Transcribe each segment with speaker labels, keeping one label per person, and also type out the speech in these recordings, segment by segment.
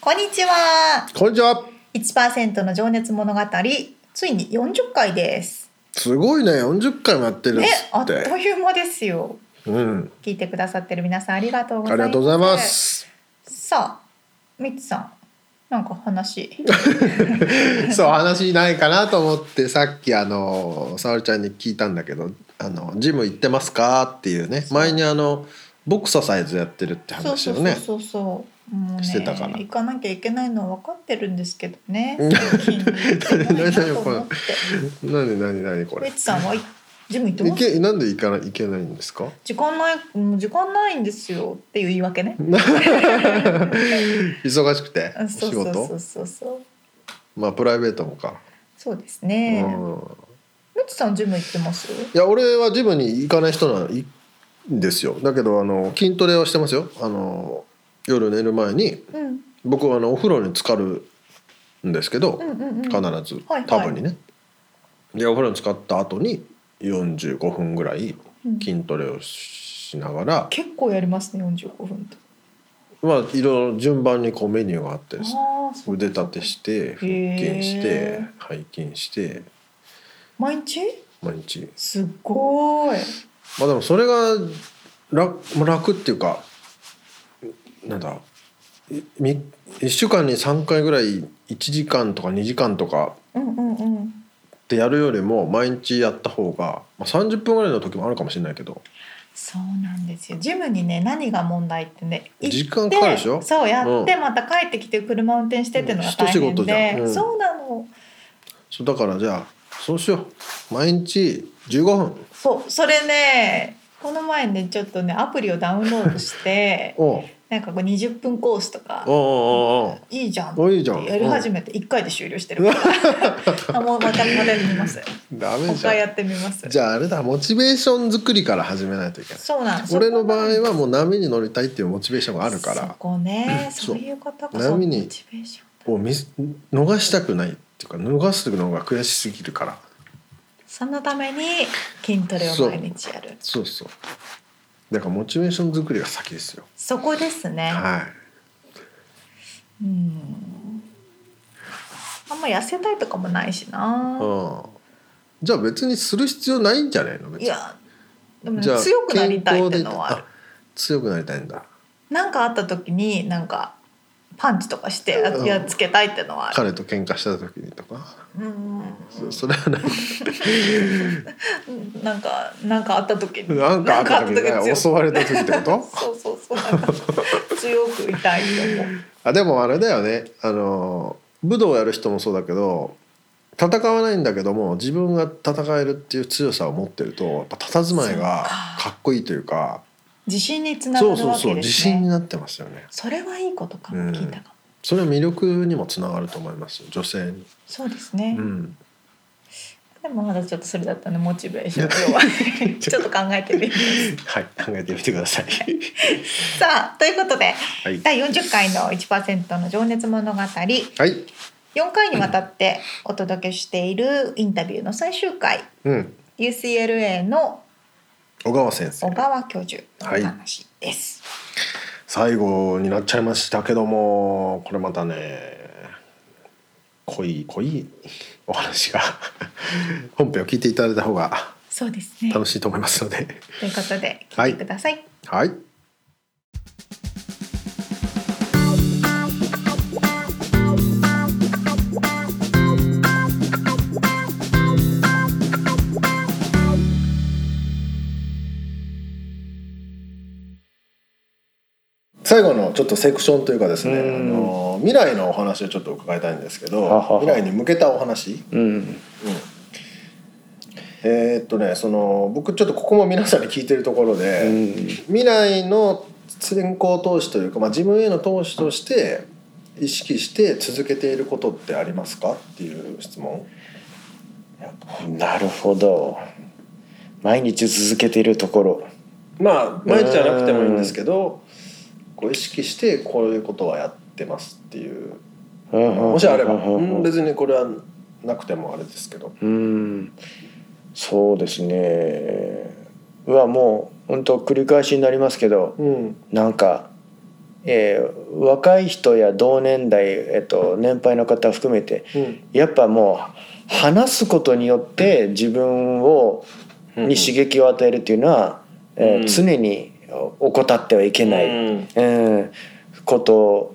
Speaker 1: こんにちは
Speaker 2: こんにちは。
Speaker 1: 1%の情熱物語ついに40回です
Speaker 2: すごいね、40回もやってるっつ
Speaker 1: ねあ
Speaker 2: っ。
Speaker 1: ってという間ですよ
Speaker 2: うん、
Speaker 1: 聞いてくださってる皆さんありがとうご
Speaker 2: あ
Speaker 1: ざい
Speaker 2: り
Speaker 1: ます
Speaker 2: がとうございます。
Speaker 1: さあみつさんなんか話
Speaker 2: そう、話ないかなと思って、さっきあの、沙織ちゃんに聞いたんだけど。あの、ジム行ってますかっていうね、前にあの、ボクササイズやってるって
Speaker 1: そうそ
Speaker 2: 話を
Speaker 1: うそう
Speaker 2: ね。
Speaker 1: そうそうもうね
Speaker 2: してたから
Speaker 1: 行かなきゃいけないのは分かってるんですけどね
Speaker 2: うん
Speaker 1: 筋肉痛いなと
Speaker 2: これ
Speaker 1: 思って
Speaker 2: なになになにこ
Speaker 1: み
Speaker 2: れ。
Speaker 1: つさんはいジム行って
Speaker 2: い
Speaker 1: ます
Speaker 2: け、なんで行かない、行けないんですか。
Speaker 1: 時間ないもう時間ないんですよっていう言い訳ね
Speaker 2: 忙しくて
Speaker 1: う、んそ
Speaker 2: 仕
Speaker 1: うそうそ
Speaker 2: 事
Speaker 1: う。そうそう
Speaker 2: まあ、プライベートもか。
Speaker 1: そうです
Speaker 2: う
Speaker 1: ね
Speaker 2: ん。
Speaker 1: みつさんジム行ってます
Speaker 2: いや俺はジムに行かない人なんですよだけどあの筋トレはしてますよあの夜寝る前に
Speaker 1: うん
Speaker 2: 僕はあのお風呂に浸かるんですけど
Speaker 1: うんうんうん
Speaker 2: 必ず
Speaker 1: はいはい
Speaker 2: 多分にねでお風呂に浸かった後に45分ぐらい
Speaker 1: うん
Speaker 2: 筋トレをしながら
Speaker 1: 結構やりますね45分って
Speaker 2: まあいろいろ順番にこうメニューがあってですね
Speaker 1: ああそう
Speaker 2: 腕立てして腹筋して
Speaker 1: へ
Speaker 2: 背筋して
Speaker 1: 毎日
Speaker 2: 毎日
Speaker 1: すっごい
Speaker 2: まあでもそれが楽楽っていうかなんだ1週間に3回ぐらい1時間とか2時間とか
Speaker 1: うんうんうん
Speaker 2: ってやるよりも毎日やった方が、まあ、30分ぐらいの時もあるかもしれないけど
Speaker 1: そうなんですよジムにね何が問題ってね行って
Speaker 2: 時間かかるでしょ
Speaker 1: そうやって
Speaker 2: う
Speaker 1: また帰ってきて車運転してっていうのが大
Speaker 2: うん一仕
Speaker 1: 変
Speaker 2: 事じ
Speaker 1: で、
Speaker 2: ゃんうん
Speaker 1: そうなの
Speaker 2: そうだからじゃあそうしよう毎日15分
Speaker 1: そうそれねこの前ねちょっとねアプリをダウンロードして
Speaker 2: おう
Speaker 1: なんかこう20分コースとか
Speaker 2: おうおうおう
Speaker 1: いいじゃんっ
Speaker 2: おういいじゃん
Speaker 1: てやり始めて1回で終了してるからあ もうまたまたやってみます
Speaker 2: うんダメ
Speaker 1: もう一
Speaker 2: じゃ
Speaker 1: 回や
Speaker 2: ん
Speaker 1: ってみます
Speaker 2: じゃああれだモチベーション作りから始めないといけない
Speaker 1: そうなんです
Speaker 2: 俺の場合はもう波に乗りたいっていうモチベーションがあるか
Speaker 1: そ
Speaker 2: ら
Speaker 1: こね、そ
Speaker 2: そうう
Speaker 1: いうことか。
Speaker 2: 波に
Speaker 1: モチベーション
Speaker 2: を見す逃したくないっていうか逃すのが悔しすぎるから
Speaker 1: そのために筋トレを毎日やる。
Speaker 2: そうそうだからモチベーション作りが先ですよ
Speaker 1: そこですね。
Speaker 2: は
Speaker 1: うん。あんま痩せたいとかもないし
Speaker 2: い、
Speaker 1: な。
Speaker 2: うん、じゃあ別にする必要ないんじゃないの別
Speaker 1: い
Speaker 2: に
Speaker 1: や、でもね
Speaker 2: じゃあ
Speaker 1: 強くなりたいって
Speaker 2: 健
Speaker 1: の
Speaker 2: 康
Speaker 1: は
Speaker 2: で
Speaker 1: ある
Speaker 2: あ。強くなりたいんだ
Speaker 1: なんかあった時になんかパンチとかしてや
Speaker 2: うん
Speaker 1: やっつけたいってのはある。
Speaker 2: 彼と喧嘩した時にとか
Speaker 1: うん。
Speaker 2: そ それはない
Speaker 1: なんかなんかあった時に。
Speaker 2: なんかあった時
Speaker 1: なんかあった
Speaker 2: に
Speaker 1: 強く
Speaker 2: 襲われた時ってこと
Speaker 1: そうそうそう。なんか強くいたいと思う。
Speaker 2: あでもあれだよねあの武道やる人もそうだけど戦わないんだけども自分が戦えるっていう強さを持ってるとやっぱ佇まいが
Speaker 1: そう
Speaker 2: かっこいいというか
Speaker 1: 自信につなが
Speaker 2: そ
Speaker 1: る
Speaker 2: うそう
Speaker 1: わ
Speaker 2: そ
Speaker 1: けで
Speaker 2: う自
Speaker 1: すね。
Speaker 2: 信になってますよね
Speaker 1: それはいいことかも、
Speaker 2: うん
Speaker 1: 聞いたかも。
Speaker 2: それは魅力にもつながると思いますよ女性に、
Speaker 1: そうですね。
Speaker 2: うん、
Speaker 1: でもまだちょっとそれだったのモチベーション弱い。 ちょっと考えて みます。
Speaker 2: はい考えてみてください
Speaker 1: さあということで
Speaker 2: はい、
Speaker 1: 第40回の1%の情熱物語4
Speaker 2: はい、
Speaker 1: 回にわたってお届けしているインタビューの最終回
Speaker 2: うん、
Speaker 1: UCLA の
Speaker 2: 小川先
Speaker 1: 小
Speaker 2: 生
Speaker 1: 川教授のお話です。
Speaker 2: 最後になっちゃいましたけどもこれまたね濃い濃いお話が 本編を聞いていただいた方が
Speaker 1: そうですね。
Speaker 2: 楽しいと思いますので
Speaker 1: ということで
Speaker 2: は
Speaker 1: 聞い
Speaker 2: い
Speaker 1: てください。
Speaker 2: はい最後のちょっとセクションというかですね、
Speaker 3: うん
Speaker 2: あの未来のお話をちょっと伺いたいんですけど
Speaker 3: ははは
Speaker 2: 未来に向けたお話
Speaker 3: うん
Speaker 2: えーっとねその僕ちょっとここも皆さんに聞いてるところで、
Speaker 3: うん
Speaker 2: 未来の先行投資というか、まあ、自分への投資として意識して続けていることってありますかっていう質問
Speaker 3: なるほど毎日続けているところ
Speaker 2: まあ毎日じゃなくてもいいんですけどこう意識してこういうことはやってますっていうも
Speaker 3: も
Speaker 2: しあれば
Speaker 3: う
Speaker 2: うん
Speaker 3: ん
Speaker 2: 別にこれはなくてもあれですけど
Speaker 3: うんそうですねはもう本当繰り返しになりますけど
Speaker 2: うん
Speaker 3: なんか、えー若い人や同年代、えっと、年配の方含めて
Speaker 2: うん
Speaker 3: やっぱもう話すことによって自分をに刺激を与えるっていうのは、え
Speaker 2: う
Speaker 3: ー
Speaker 2: ん
Speaker 3: 常に怠ってはいけない、
Speaker 2: うん
Speaker 3: うんこと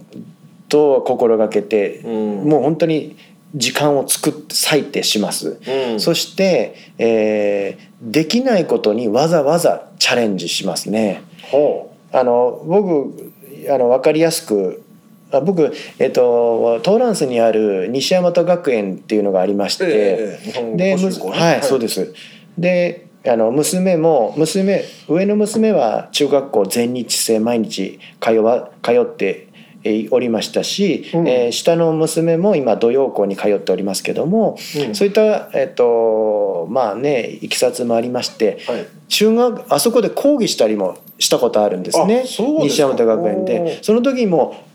Speaker 3: と心がけて、
Speaker 2: うん
Speaker 3: もう本当に時間を作って割いてします。
Speaker 2: うん
Speaker 3: そして、えーできないことにわざわざチャレンジしますね。
Speaker 2: ほ
Speaker 3: あの僕あの分かりやすくあ僕、えっとトーランスにある西大和学園っていうのがありまし
Speaker 2: う
Speaker 3: て、
Speaker 2: ええ日本
Speaker 3: で、
Speaker 2: 語
Speaker 3: む
Speaker 2: 習合ね
Speaker 3: はい、そうです。で、あの娘も娘上の娘は中学校全日制毎日通わ通ってえーおりましたし、
Speaker 2: うん
Speaker 3: えー下の娘も今土曜校に通っておりますけども、
Speaker 2: うん
Speaker 3: そういったえっとまあねいきさつもありまして、
Speaker 2: はい
Speaker 3: 中学あそこで講義したりもしたことあるんですね
Speaker 2: あそうです
Speaker 3: 西
Speaker 2: か
Speaker 3: 大和学園
Speaker 2: お
Speaker 3: で
Speaker 2: ー
Speaker 3: その時も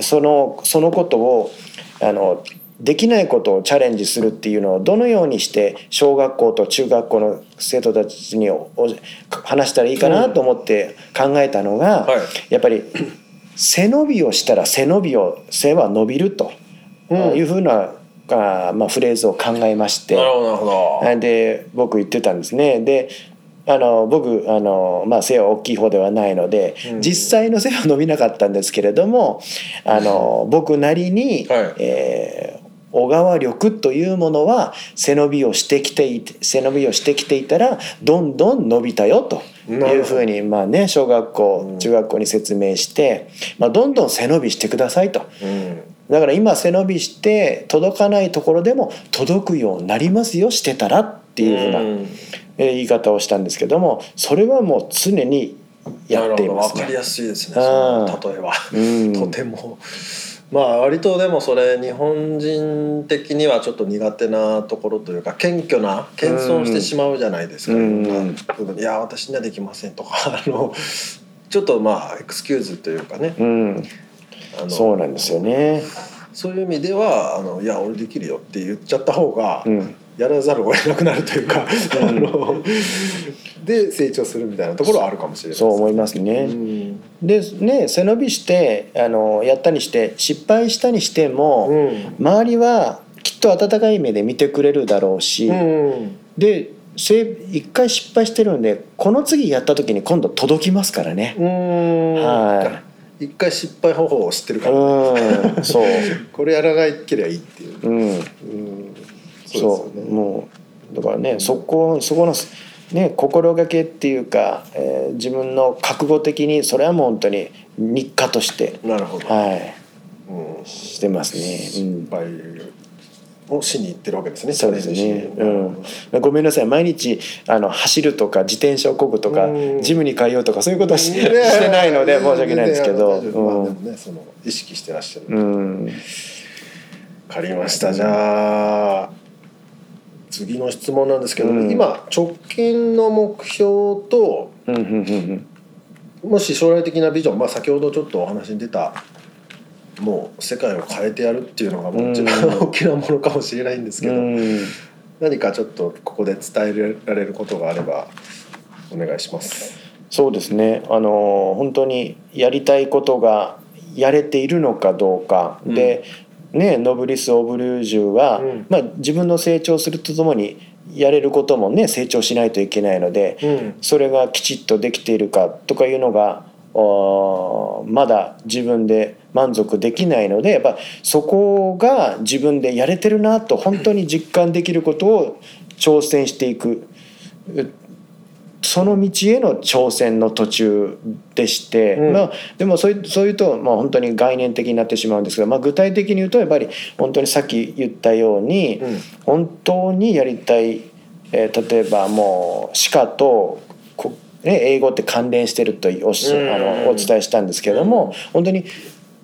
Speaker 3: そのそのことをあのできないことをチャレンジするっていうのをどのようにして小学校と中学校の生徒たちにおお話したらいいかなと思って考えたのが、
Speaker 2: はい
Speaker 3: やっぱり背伸びをしたら背伸びを背は伸びるというふうな、あまあ、フレーズを考えまして。
Speaker 2: なるほどなるほど
Speaker 3: で僕言ってたんですねであの僕あの、まあ、背は大きい方ではないので、
Speaker 2: うん
Speaker 3: 実際の背は伸びなかったんですけれどもあ の僕なりに、
Speaker 2: はい
Speaker 3: えー小川力というものは背伸びをしてきていて背伸びをしてきていたらどんどん伸びたよと
Speaker 2: なる
Speaker 3: い
Speaker 2: ほ
Speaker 3: う
Speaker 2: ど
Speaker 3: ふうにまあね小学
Speaker 2: う
Speaker 3: 校
Speaker 2: ん
Speaker 3: 中学校に説明して、まあ、どんどん背伸びしてくださいと
Speaker 2: うん
Speaker 3: だから今背伸びして届かないところでも届くようになりますよしてたらっていうふうな、
Speaker 2: ん
Speaker 3: えー言い方をしたんですけどもそれはもう常にやっています
Speaker 2: なるほどわかり
Speaker 3: ね。
Speaker 2: やすいですね。
Speaker 3: うん
Speaker 2: その例えば、
Speaker 3: うん
Speaker 2: とても。まあ割とでもそれ日本人的にはちょっと苦手なところというか謙虚な謙遜してしまうじゃないですか、
Speaker 3: うん
Speaker 2: いろんな部分でいや私にはできませんとか あのちょっとまあエクスキューズというかね
Speaker 3: うん、
Speaker 2: あの
Speaker 3: そうなんですよね。
Speaker 2: そういう意味ではあのいや俺できるよって言っちゃった方が、
Speaker 3: うん、
Speaker 2: やらざるを得なくなるというか、あので成長するみたいなところはあるかもしれないです
Speaker 3: そう思いますね。
Speaker 2: うん
Speaker 3: でね背伸びしてあのやったにして失敗したにしても、
Speaker 2: う
Speaker 3: 周りはきっと温かい目で見てくれるだろうし、
Speaker 2: んうん
Speaker 3: でせ一回失敗してるんでこの次やった時に今度届きますからね。
Speaker 2: うーん
Speaker 3: は
Speaker 2: 一回失敗方法を知ってる
Speaker 3: い。
Speaker 2: から、
Speaker 3: うん、そう。
Speaker 2: これやらないけりゃいいっていう、
Speaker 3: うん。
Speaker 2: うん、で
Speaker 3: そう
Speaker 2: すよね
Speaker 3: もうだからね、そこそこのね心がけっていうか、えー自分の覚悟的にそれはもう本当に日課として
Speaker 2: なるほど、
Speaker 3: は
Speaker 2: うん、
Speaker 3: い
Speaker 2: 失
Speaker 3: してますね。
Speaker 2: 敗をしに行ってるわけですね
Speaker 3: そうですね
Speaker 2: チャレンジしに
Speaker 3: うん、ごめんなさい毎日あの走るとか自転車をこぐとか
Speaker 2: うん
Speaker 3: ジムに通うとかそういうことはし
Speaker 2: い
Speaker 3: し
Speaker 2: や
Speaker 3: て
Speaker 2: いや
Speaker 3: ないので
Speaker 2: や
Speaker 3: 申し訳ないですけど。
Speaker 2: 全然まあ
Speaker 3: う
Speaker 2: でも
Speaker 3: ん
Speaker 2: ねその意識してらっしゃる、
Speaker 3: うん
Speaker 2: わかりましたじゃあ次の質問なんですけど、
Speaker 3: うん
Speaker 2: 今直近の目標と
Speaker 3: うんうんうん
Speaker 2: もし将来的なビジョン、まあ、先ほどちょっとお話に出たもう世界を変えてやるっていうのがもう一番
Speaker 3: うん
Speaker 2: 大きなものかもしれないんですけ
Speaker 3: う
Speaker 2: ど、
Speaker 3: んうん
Speaker 2: 何かちょっとここで伝えられることがあればお願いします。
Speaker 3: そうですねあの本当にやりたいことがやれているのかどうか、
Speaker 2: うん
Speaker 3: で、ね、ノブリス・オブリュージュは、
Speaker 2: うん
Speaker 3: まあ、自分の成長するとともにやれることもね成長しないといけないので
Speaker 2: うん
Speaker 3: それがきちっとできているかとかいうのがあーまだ自分で満足できないのでやっぱそこが自分でやれてるなと本当に実感できることを挑戦していく。その道への挑戦の途中でして、
Speaker 4: うん
Speaker 3: まあ、でもそういうそういうと、まあ、本当に概念的になってしまうんですが、まあ、具体的に言うとやっぱり本当にさっき言ったように、
Speaker 4: うん
Speaker 3: 本当にやりたい、えー例えばもう歯科とこ、ね、英語って関連してるとおっしゃ
Speaker 4: うん
Speaker 3: あのお伝えしたんですけども、本当に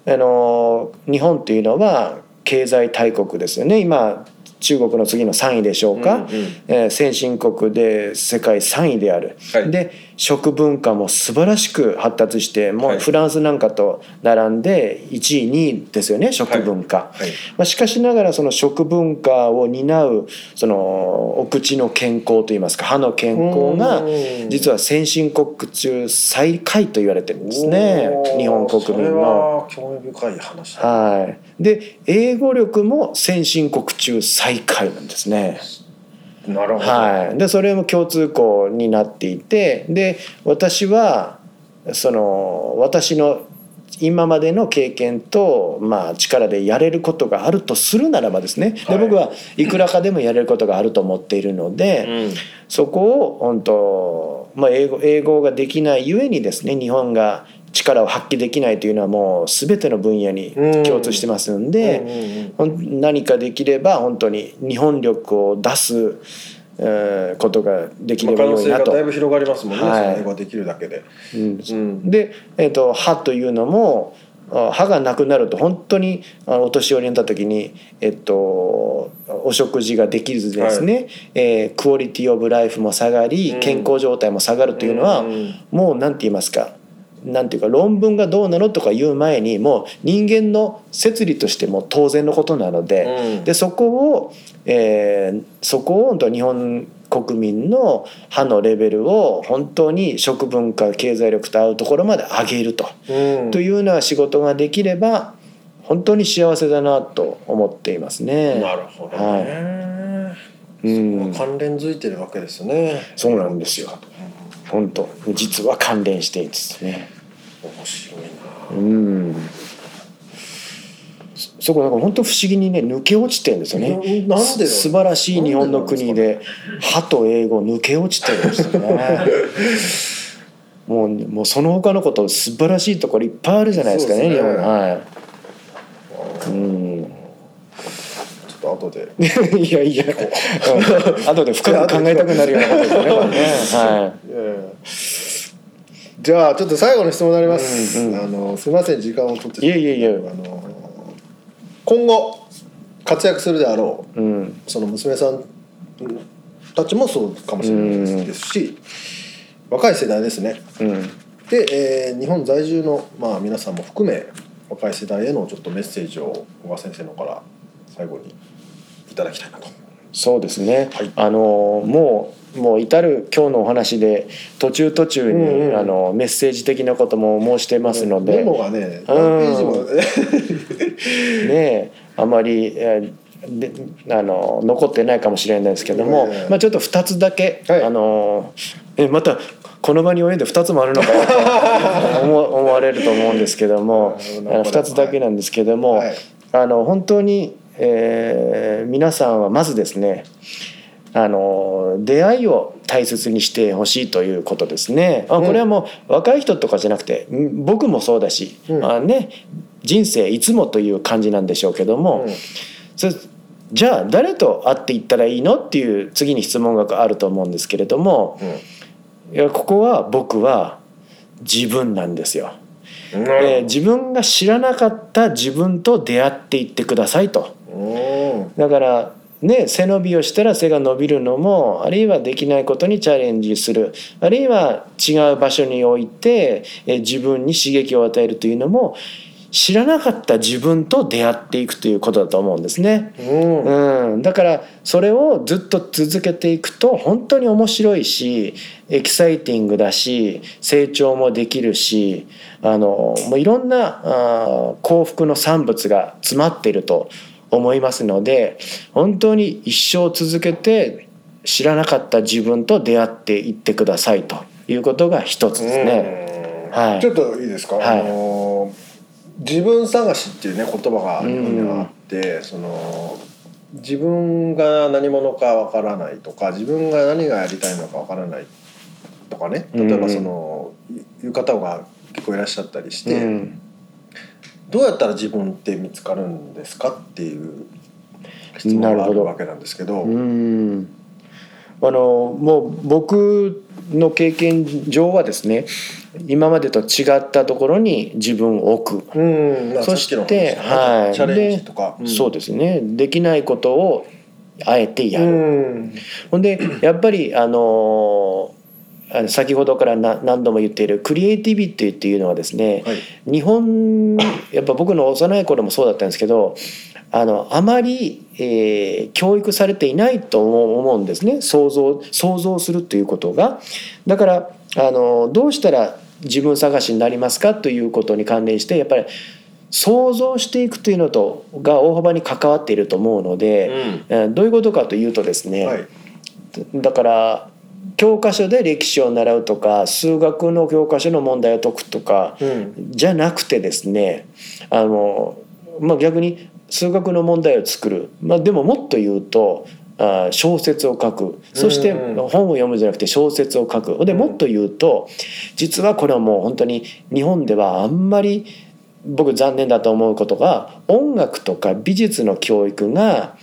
Speaker 3: あの日本っていうのは経済大国ですよね今中国の次の3位でしょうか、
Speaker 4: うんうん
Speaker 3: えー先進国で世界3位である、
Speaker 4: はい
Speaker 3: で食文化も素晴らしく発達しても
Speaker 4: は
Speaker 3: う
Speaker 4: い
Speaker 3: フランスなんかと並んで1位2位ですよね食文化。
Speaker 4: はい
Speaker 3: まあ、しかしながらその食文化を担うそのお口の健康といいますか歯の健康が実
Speaker 4: は
Speaker 3: は先進国中最下位と言われてるんですね日本国
Speaker 4: それ
Speaker 3: 民の。
Speaker 4: は興味深い話だ
Speaker 3: はい、で英語力も先進国中最下位なんですね。
Speaker 4: なるほど、
Speaker 3: はい、でそれも共通項になっていてで私はその私の今までの経験と、まあ、力でやれることがあるとするならばですね、
Speaker 4: はい
Speaker 3: で僕はいくらかでもやれることがあると思っているので、
Speaker 4: うん
Speaker 3: そこを本当、まあ、英語英語ができないゆえにですね日本が力を発揮できないというのはもう全ての分野に共通してますんで。
Speaker 4: うん
Speaker 3: ほん何かできれば本当に日本力を出す、えーことができ
Speaker 4: う
Speaker 3: れ
Speaker 4: ん、
Speaker 3: ば
Speaker 4: 可
Speaker 3: よ
Speaker 4: 能
Speaker 3: い
Speaker 4: 性
Speaker 3: な
Speaker 4: が
Speaker 3: と
Speaker 4: だい。ぶ広がりますもんね、
Speaker 3: はい
Speaker 4: その英語ができるだけで、
Speaker 3: うん
Speaker 4: うん、
Speaker 3: で、えー、と歯というのもあ歯がなくなると本当にあのお年寄りになった時に、えっとお食事ができずですね、えークオリティオブライフも下がり、
Speaker 4: うん
Speaker 3: 健康状態も下がるというのは、
Speaker 4: ん
Speaker 3: もう何て言いますかなんていうか論文がどうなのとか言う前にもう人間の摂理としても当然のことなので、
Speaker 4: うん
Speaker 3: でそこを、えーそこを本当日本国民の歯のレベルを本当に食文化経済力と合うところまで上げると,、
Speaker 4: うん
Speaker 3: というような仕事ができれば本当に幸せだなと思っていますね。
Speaker 4: なるほどね、
Speaker 3: うん、
Speaker 4: 関連づいてるわけですね
Speaker 3: そうなんですよ本当実は関連しているんですね。
Speaker 4: 面白いな
Speaker 3: うんそそこなんか本当不思議にね抜け落ちてるんですよね。
Speaker 4: ななんでだろう
Speaker 3: 素晴らしい日本の国で歯と英語抜け落ちてるんですよね。もうもうその他のこと素晴らしいところいっぱいあるじゃないですかね
Speaker 4: そうで
Speaker 3: 日
Speaker 4: すね
Speaker 3: 本は。はい、うん
Speaker 4: ちょっと後で
Speaker 3: いやいや、うん後で深く考えたくなるようなことですね。これねは
Speaker 2: ええじゃあちょっと最後の質問になります、
Speaker 3: うんうん
Speaker 2: あのすみません時間を取って
Speaker 3: い、いやいやいや、
Speaker 2: あの今後活躍するであろう
Speaker 3: うん、
Speaker 2: その娘さんたちもそうかもしれないです,、
Speaker 3: うん
Speaker 2: し若い世代ですね
Speaker 3: うん、
Speaker 2: で、えー日本在住の、まあ、皆さんも含め若い世代へのちょっとメッセージを小川先生の方から最後にいただきたいなと。
Speaker 3: そうですね。
Speaker 2: はい
Speaker 3: あのもうもう至る今日のお話で途中途中に、
Speaker 2: うんうん
Speaker 3: あのメッセージ的なことも申してますので、
Speaker 2: メモがね何ページも
Speaker 3: ねえあまり、えーであの残ってないかもしれないですけども、
Speaker 2: いやいや
Speaker 3: まあ、ちょっと2つだけ、
Speaker 2: はい
Speaker 3: あのえまたこの場に及んで2つもあるのかなと思思われると思うんですけ ども
Speaker 2: うん
Speaker 3: あの2つだけなんですけども、
Speaker 2: はい
Speaker 3: あの本当に、えー皆さんはまずですねあの出会いを大切にしてほしいということですね。あこれはもう若い人とかじゃなくてん僕もそうだし、
Speaker 2: うん
Speaker 3: あね、人生いつもという感じなんでしょうけども、それじゃあ誰と会っていったらいいのっていう次に質問があると思うんですけれどもいやここは僕は自分なんですよ、
Speaker 4: うん
Speaker 3: えー自分が知らなかった自分と出会っていってくださいと。
Speaker 4: うん
Speaker 3: だからね背伸びをしたら背が伸びるのもあるいはできないことにチャレンジするあるいは違う場所に置いてえ自分に刺激を与えるというのも知らなかった自分と出会っていくということだと思うんですね。
Speaker 4: うん
Speaker 3: うん、だからそれをずっと続けていくと本当に面白いしエキサイティングだし成長もできるしあのもういろんなあー幸福の産物が詰まっていると思いますので本当に一生続けて知らなかった自分と出会っていってくださいということが一つですね。は
Speaker 2: ち
Speaker 3: い
Speaker 2: ょっといいですか、
Speaker 3: はい
Speaker 2: あの自分探しっていうね言葉が日本にはあって、その自分が何者かわからないとか自分が何がやりたいのかわからないとかね
Speaker 3: うん
Speaker 2: 例えばその、いう方が結構いらっしゃったりして、
Speaker 3: うん
Speaker 2: どうやったら自分って見つかるんですかっていう質問が
Speaker 3: な
Speaker 2: あ
Speaker 3: るほ
Speaker 2: る
Speaker 3: ど
Speaker 2: わけなんですけど
Speaker 3: うんあのもう僕の経験上はですね今までと違ったところに自分を置く、
Speaker 2: うんまあ
Speaker 3: そして
Speaker 2: さっきの話だね
Speaker 3: はい
Speaker 2: チャレンジとか、
Speaker 3: そうですねできないことをあえてやる、
Speaker 2: うん
Speaker 3: ほんでやっぱりあのあの先ほどからな何度も言っているクリエイティビティっていうのはですね
Speaker 2: はい
Speaker 3: 日本やっぱ僕の幼い頃もそうだったんですけどあのあまり、えー教育されていないと思う思うんですね想像想像するということが。だからあのどうしたら自分探しになりますかということに関連してやっぱり想像していくというのとが大幅に関わっていると思うので、えーどういうことかというとですね、
Speaker 2: はい
Speaker 3: だから教科書で歴史を習うとか数学の教科書の問題を解くとか
Speaker 2: うん
Speaker 3: じゃなくてですねあの、まあ、逆に数学の問題を作る、まあ、でももっと言うとあー小説を書くそして
Speaker 2: うん
Speaker 3: 本を読むじゃなくて小説を書くでもっと言うと実はこれはもう本当に日本ではあんまり僕残念だと思うことが音楽とか美術の教育が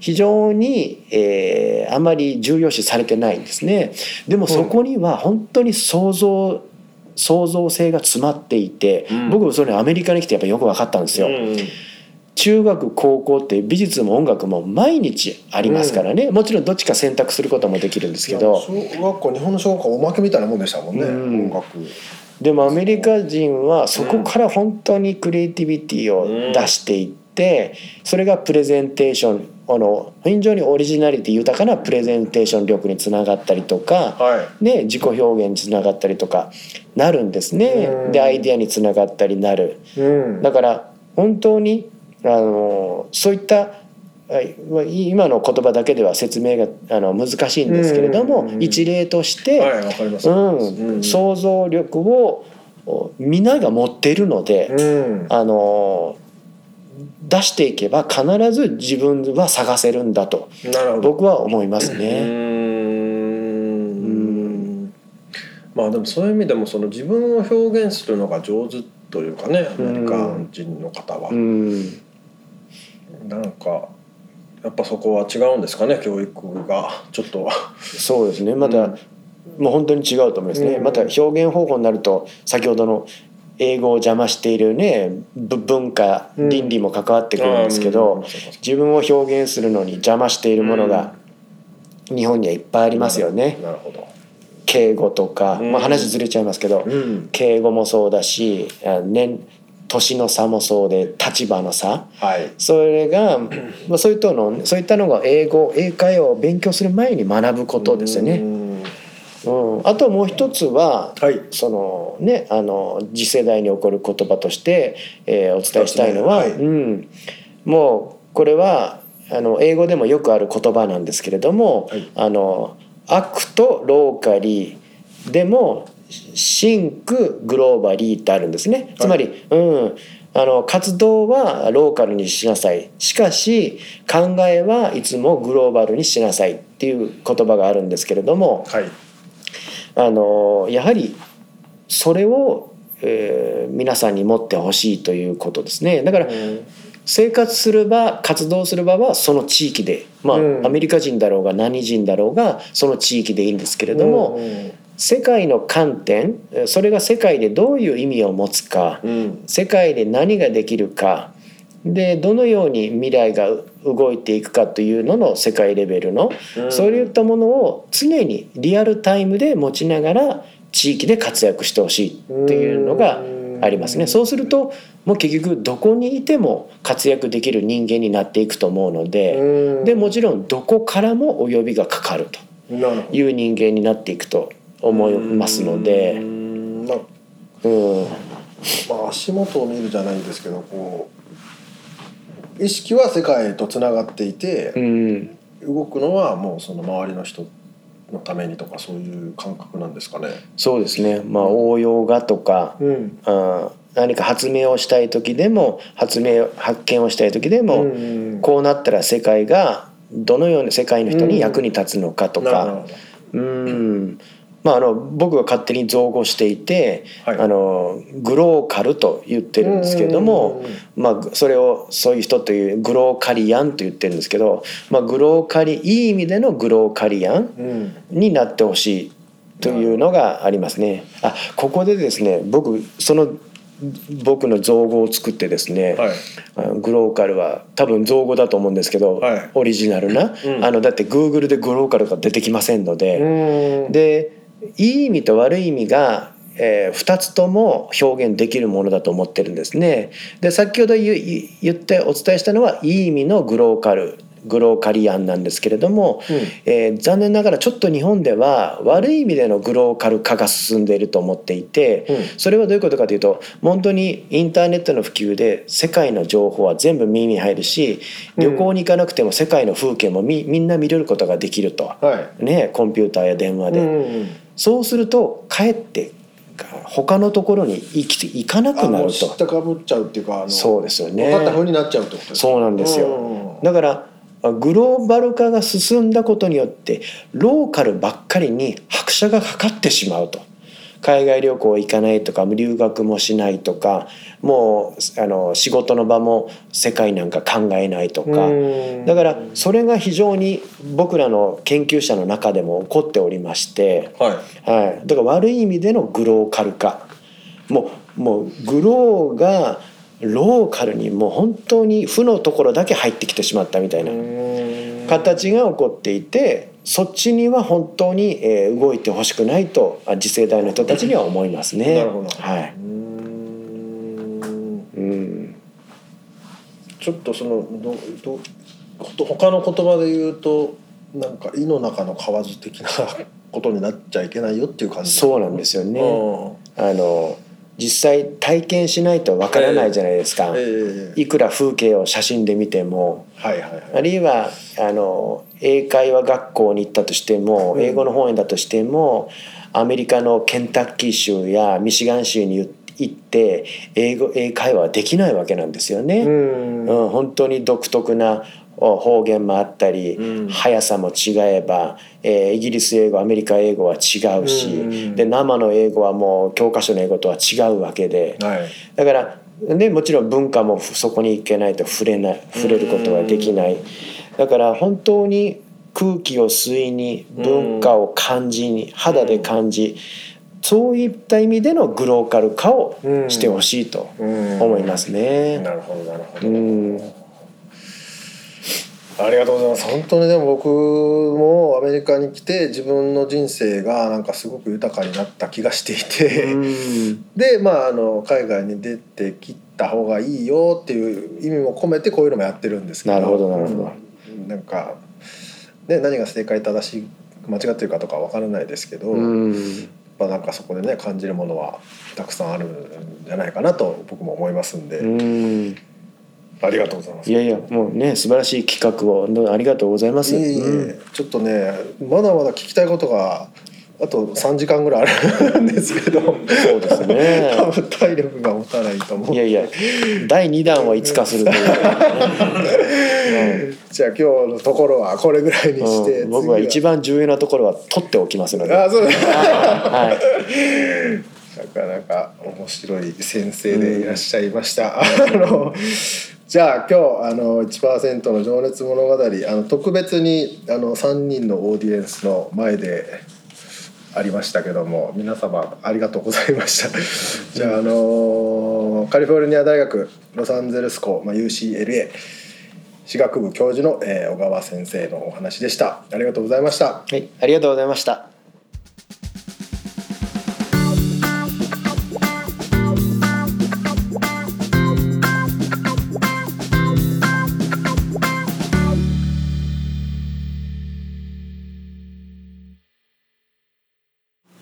Speaker 3: 非常に、えーあまり重要視されてないんですね。でもそこには本当に想像創造性が詰まっていて、
Speaker 2: うん
Speaker 3: 僕もそれアメリカに来てやっぱよく分かったんですよ、
Speaker 2: うん
Speaker 3: 中学高校って美術も音楽も毎日ありますからね、もちろんどっちか選択することもできるんですけ
Speaker 2: いや
Speaker 3: ど
Speaker 2: 小学校日本の小学校はおまけみたいなもんでしたもんね、
Speaker 3: うん
Speaker 2: 音楽
Speaker 3: でもアメリカ人はそこから本当にクリエイティビティを出していって、それがプレゼンテーションあの非常にオリジナリティ豊かなプレゼンテーション力につながったりとか、
Speaker 2: はい
Speaker 3: ね、自己表現につながったりとかなるんですね
Speaker 2: うん
Speaker 3: でアイデアにつながったりなる
Speaker 2: うん
Speaker 3: だから本当にあのそういったはい今の言葉だけでは説明があの難しいんですけれど
Speaker 2: う
Speaker 3: も
Speaker 2: ん
Speaker 3: 一例として、
Speaker 2: はいわかります
Speaker 3: う、
Speaker 2: うんん
Speaker 3: 想像力をお皆が持っているので、
Speaker 2: うん
Speaker 3: あの出していけば必ず自分は探せるんだと
Speaker 2: なるほど
Speaker 3: 僕は思います
Speaker 2: う
Speaker 3: ね。
Speaker 2: ーんまあでもそういう意味でもその自分を表現するのが上手というかねアメリカ人の方は、
Speaker 3: うん
Speaker 2: なんかやっぱそこは違うんですかね教育がちょっと
Speaker 3: そうですねまた、
Speaker 2: うん
Speaker 3: もう本当に違うと思いますね、
Speaker 2: うん
Speaker 3: また表現方法になると先ほどの英語を邪魔しているねぶ文化
Speaker 2: うん
Speaker 3: 倫理も関わってくるんですけど、
Speaker 2: うん
Speaker 3: 自分を表現するのに邪魔しているものが日本にはいっぱいありますよね、
Speaker 2: なるほど、
Speaker 3: 敬語とか、
Speaker 2: うん
Speaker 3: まあ、話ずれちゃいますけど、
Speaker 2: うん、
Speaker 3: 敬語もそうだしあ年年の差もそうで立場の差
Speaker 2: はい
Speaker 3: それ が、まあ、そういったのそういったのが英語英会話を勉強する前に学ぶことですよね。
Speaker 2: うん
Speaker 3: うん、あともう一つは
Speaker 2: はい
Speaker 3: そのねあの次世代に起こる言葉として、えーお伝えしたいのは、
Speaker 2: 二つ目はい
Speaker 3: うん、もうこれはあの英語でもよくある言葉なんですけれども「
Speaker 2: はい
Speaker 3: あのアクトローカリー」でも「シンクグローバリー」ってあるんですね。つまり、うんあの活動はローカルにしなさいしかし考えはいつもグローバルにしなさいっていう言葉があるんですけれども、
Speaker 2: はい
Speaker 3: あのやはりそれを、えー皆さんに持ってほしいということですねだから生活する場活動する場はその地域でまあ、
Speaker 2: うん
Speaker 3: アメリカ人だろうが何人だろうがその地域でいいんですけれ
Speaker 2: け
Speaker 3: ども、世界の観点えーそれが世界でどういう意味を持つか、
Speaker 2: うん
Speaker 3: 世界で何ができるかでどのように未来が動いていくかというのの世界レベルの、
Speaker 2: うん
Speaker 3: そういったものを常にリアルタイムで持ちながら地域で活躍してほしいっていうのがありますね。そうするともう結局どこにいても活躍できる人間になっていくと思うので、でもちろんどこからもお呼びがかかると
Speaker 2: ろんなるほど
Speaker 3: いう人間になっていくと思いますの
Speaker 2: う
Speaker 3: で、
Speaker 2: んまあ
Speaker 3: うん、
Speaker 2: まあ、足元を見るじゃないんですけどこう意識は世界とつながっていて
Speaker 3: う、ん、
Speaker 2: 動くのはもうその周りの人のためにとかそういう感覚なんですかね。
Speaker 3: そうですね。まあ応用がとか。
Speaker 2: うん
Speaker 3: あー何か発明をしたい時でも発明発見をしたい時でも、
Speaker 2: うん
Speaker 3: こうなったら世界がどのように世界の人に役に立つのかと
Speaker 2: なるほ
Speaker 3: か、
Speaker 2: ど
Speaker 3: うん、まあ、あの僕が勝手に造語していて、
Speaker 2: はい
Speaker 3: あのグローカルと言ってるんですけれども、まあ、それをそういう人というグローカリアンと言ってるんですけど、まあ、グローカリいい意味でのグローカリアン
Speaker 2: うんうん
Speaker 3: になってほしいというのがありますね。あここでですね僕その僕の造語を作ってですね、
Speaker 2: はい
Speaker 3: あのグローカルは多分造語だと思うんですけど、
Speaker 2: はい
Speaker 3: オリジナルな、
Speaker 2: うん
Speaker 3: あのだって Google でグローカルが出てきませんので、
Speaker 2: うん
Speaker 3: でいい意味と悪い意味が、え2つとも表現できるものだと思ってるんですね。で先ほど言う言ってお伝えしたのはいい意味のグローカルグローカリアンなんですけれども、えー残念ながらちょっと日本では悪い意味でのグローカル化が進んでいると思っていて、
Speaker 2: うん
Speaker 3: それはどういうことかというと本当にインターネットの普及で世界の情報は全部耳に入るし
Speaker 2: うん
Speaker 3: 旅行に行かなくても世界の風景もみみんな見れることができると、
Speaker 2: はい
Speaker 3: ね、コンピューターや電話で、
Speaker 2: うん
Speaker 3: そうするとかえって他のところに行き行かなく
Speaker 2: あ
Speaker 3: な
Speaker 2: もう
Speaker 3: る
Speaker 2: 知っ
Speaker 3: と
Speaker 2: たかぶっちゃうっていうかあの
Speaker 3: そうですよね
Speaker 2: 分かった風になっちゃうってことです
Speaker 3: そうなんですよ。
Speaker 2: よ
Speaker 3: だからあグローバル化が進んだことによってローカルばっかりに拍車がかかってしまうと海外旅行行かないとか留学もしないとかもうあの仕事の場も世界なんか考えないとか、だからそれが非常に僕らの研究者の中でも起こっておりまして。
Speaker 2: は
Speaker 3: はい、だから悪い意味でのグローカル化もうもうグローがローカルにもう本当に負のところだけ入ってきてしまったみたい
Speaker 2: い
Speaker 3: な
Speaker 2: うん
Speaker 3: 形が起こっていてそっちには本当にえー動いてほしくないとあ次世代の人たちには思いますね。
Speaker 2: なるほど
Speaker 3: はい
Speaker 2: うん
Speaker 3: うん
Speaker 2: ちょっとそのどどこと他の言葉で言うとなんか井の中の蛙的な ことになっちゃいけないよっていう感じ
Speaker 3: そうなんですよ
Speaker 2: す
Speaker 3: ねあの実際体験しないとわからないじゃないですか、
Speaker 2: ええ
Speaker 3: いくら風景を写真で見ても
Speaker 2: はいはいはい
Speaker 3: あるいはあの英会話学校に行ったとしても
Speaker 2: うん
Speaker 3: 英語の本園だとしても、アメリカのケンタッキー州やミシガン州に行って英語英会話はできないわけなんですよね。
Speaker 2: ん
Speaker 3: うん本当に独特なお方言もあったり、
Speaker 2: うん
Speaker 3: 速さも違えば、えーイギリス英語アメリカ英語は違うし、
Speaker 2: うん
Speaker 3: で生の英語はもう教科書の英語とは違うわけで。
Speaker 2: はい
Speaker 3: だから、ね、もちろん文化もそこに行けないと触れない触れることはできないだから本当に空気を吸いに文化を感じに肌で感じそういった意味でのグローカル化をしてほしいと思いますね。
Speaker 2: なるほどなるほ
Speaker 3: う
Speaker 2: ど、
Speaker 3: ん
Speaker 2: ありがとうございます本当にでも僕もアメリカに来て自分の人生がなんかすごく豊かになった気がしていて、でまああの海外に出てきた方がいいよっていう意味も込めてこういうのもやってるんですけど
Speaker 3: なるほどなるほど
Speaker 2: うんなんか、ね、何が正解正しい間違ってるかとかわからないですけど、やっ
Speaker 3: うん
Speaker 2: ぱなんかそこでね感じるものはたくさんあるんじゃないかなと僕も思いますんで、
Speaker 3: うん
Speaker 2: ありがとうございます
Speaker 3: い。やいやもうね素晴らしい企画をどうありがとうございます。
Speaker 2: いえいえ
Speaker 3: うん
Speaker 2: ちょっとねまだまだ聞きたいことがあと3時間ぐらいあるんですけど
Speaker 3: そうですね
Speaker 2: 多分体力が持たないと思う
Speaker 3: いやいや第2弾はいつかするという。
Speaker 2: じゃあ今日のところはこれぐらいにして、
Speaker 3: うん僕は一
Speaker 2: 番
Speaker 3: 番重要なところは取っておきます ので、
Speaker 2: あそうだ
Speaker 3: は
Speaker 2: なかなか面白い先生でいらっしゃいました、あのじゃあ今日あの1%の情熱物語あの特別にあの3人のオーディエンスの前でありましたけども皆様ありがとうございましたじゃあ、あのカリフォルニア大学ロサンゼルス校、まあ、UCLA 歯学部教授の、えー小川先生のお話でしたありがとうございました
Speaker 3: い、はい、ありがとうございました。